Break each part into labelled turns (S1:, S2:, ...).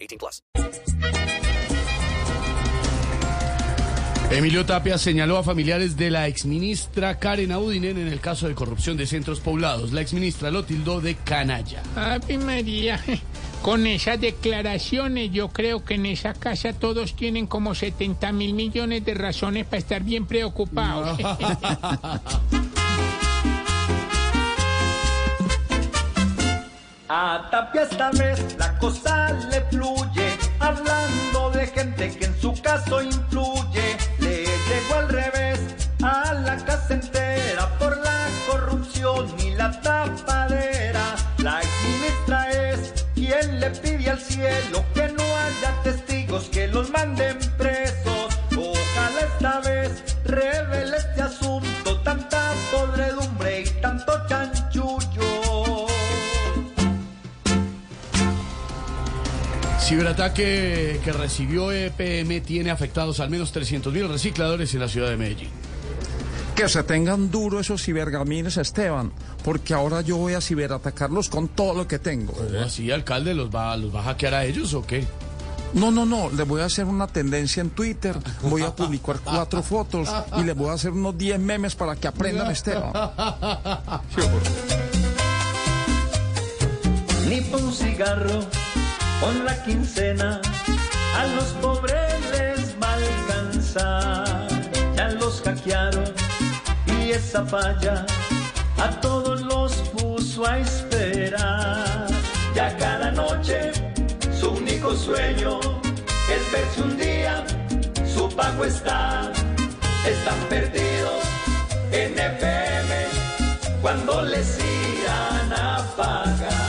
S1: 18 plus.
S2: Emilio Tapia señaló a familiares de la exministra Karen Audinen en el caso de corrupción de centros poblados. La exministra lo tildó de canalla.
S3: Ave María, con esas declaraciones yo creo que en esa casa todos tienen como 70 mil millones de razones para estar bien preocupados.
S4: A Tapia esta vez la cosa le fluye, hablando de gente que en su caso influye. Le llegó al revés a la casa entera por la corrupción y la tapadera. La exministra es quien le pide al cielo que no haya testigos que los manden presos. Ojalá esta vez revele este asunto, tanta podredumbre y tanto chanchullo.
S2: Ciberataque que recibió EPM tiene afectados al menos 300.000 recicladores en la ciudad de Medellín.
S5: Que se tengan duro esos cibergamines, Esteban, porque ahora yo voy a ciberatacarlos con todo lo que tengo.
S2: ¿Cómo así, alcalde? ¿Los va, ¿Los va a hackear a ellos o qué?
S5: No, no, no, le voy a hacer una tendencia en Twitter, voy a publicar cuatro fotos y le voy a hacer unos 10 memes para que aprendan, Esteban.
S4: ni pa' un cigarro con la quincena a los pobres les va a alcanzar ya los hackearon y esa falla a todos los puso a esperar ya cada noche su único sueño es ver si un día su pago está están perdidos en FM cuando les irán a pagar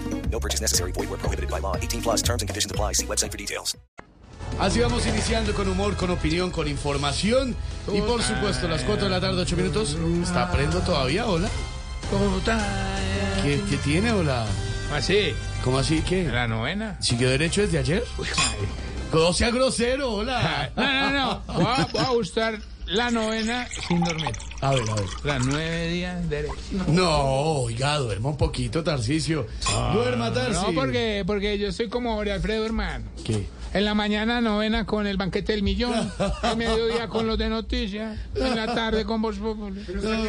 S1: No purchase necessary. Void were prohibited by law. 18 plus terms and conditions apply. See website for details.
S2: Así vamos iniciando con humor, con opinión, con información. Y por supuesto, las 4 de la tarde, 8 minutos. ¿Está aprendo todavía? Hola. ¿Qué, qué tiene? Hola.
S3: Así,
S2: ¿Cómo así? ¿Qué?
S3: la novena.
S2: ¿Siguió derecho desde ayer? No sea grosero,
S3: Ah,
S2: hola.
S3: No, no, no, voy a, voy a buscar la novena sin dormir.
S2: A ver, a ver.
S3: Las nueve días derecho.
S2: No, oiga, duerma un poquito, Tarcicio. Duerma, Tarcicio.
S3: Ah, No, porque, porque yo soy como Jorge Alfredo, hermano.
S2: ¿Qué?
S3: En la mañana novena con el banquete del millón, al mediodía con los de noticias, en la tarde con Voz Populi.
S2: No,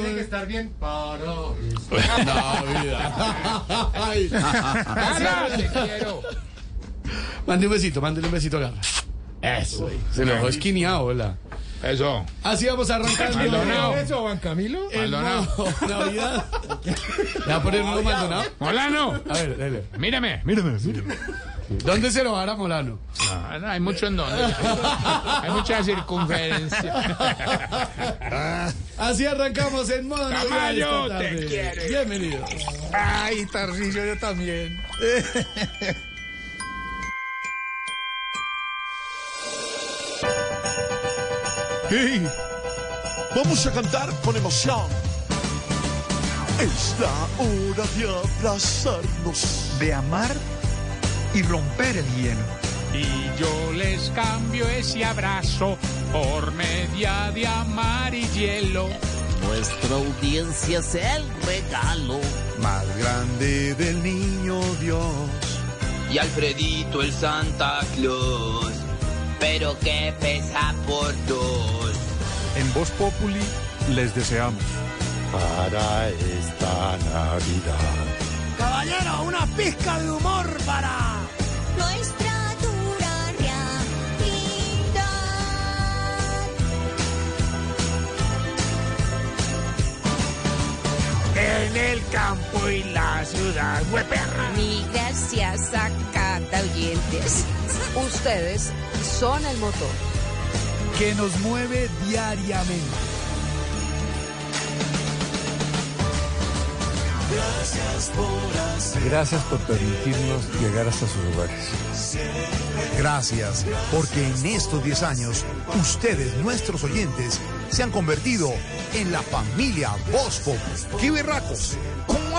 S2: vida. Ay.
S3: ¡Garra! Ah, ¡Te quiero!
S2: Mande un besito, mándele un besito, Garra. Eso, ahí. se lo dejó esquineado, hola.
S3: Eso.
S2: Así vamos arrancando.
S3: Maldonado.
S2: ¿Eso, Juan Camilo? Maldonado. Navidad. ¿Le va a poner uno Maldonado?
S3: Molano,
S2: A ver, dale.
S3: mírame. Ah,
S2: Mírame, mírame. ¿Dónde se lo hará Molano?
S3: No, no, hay mucho en donde. Hay mucha circunferencia.
S2: Así arrancamos en modo Navidad
S3: Tamayo,
S2: esta
S3: te
S2: tarde.
S3: quiere.
S2: Bienvenidos.
S5: Ay, Tarcicio, yo también.
S6: Hey, vamos a cantar con emoción. Es la hora de abrazarnos.
S7: de amar y romper el hielo.
S3: Y yo les cambio ese abrazo por media de amar y hielo.
S8: Nuestra audiencia es el regalo.
S7: Más grande del niño Dios.
S8: Y Alfredito el Santa Claus. Pero que pesa por dos.
S7: En Voz Populi les deseamos.
S6: Para esta Navidad.
S4: Caballero, una pizca de humor para
S9: Nuestra dura
S10: hoy la ciudad hueperra.
S11: Mil gracias a cada oyentes. Ustedes son el motor.
S5: que nos mueve diariamente.
S12: Gracias por hacer.
S13: Gracias por permitirnos llegar hasta sus hogares.
S2: Gracias, porque en estos 10 años, ustedes, nuestros oyentes, se han convertido en la familia Voz Populi. ¡Qué berracos! ¿Cómo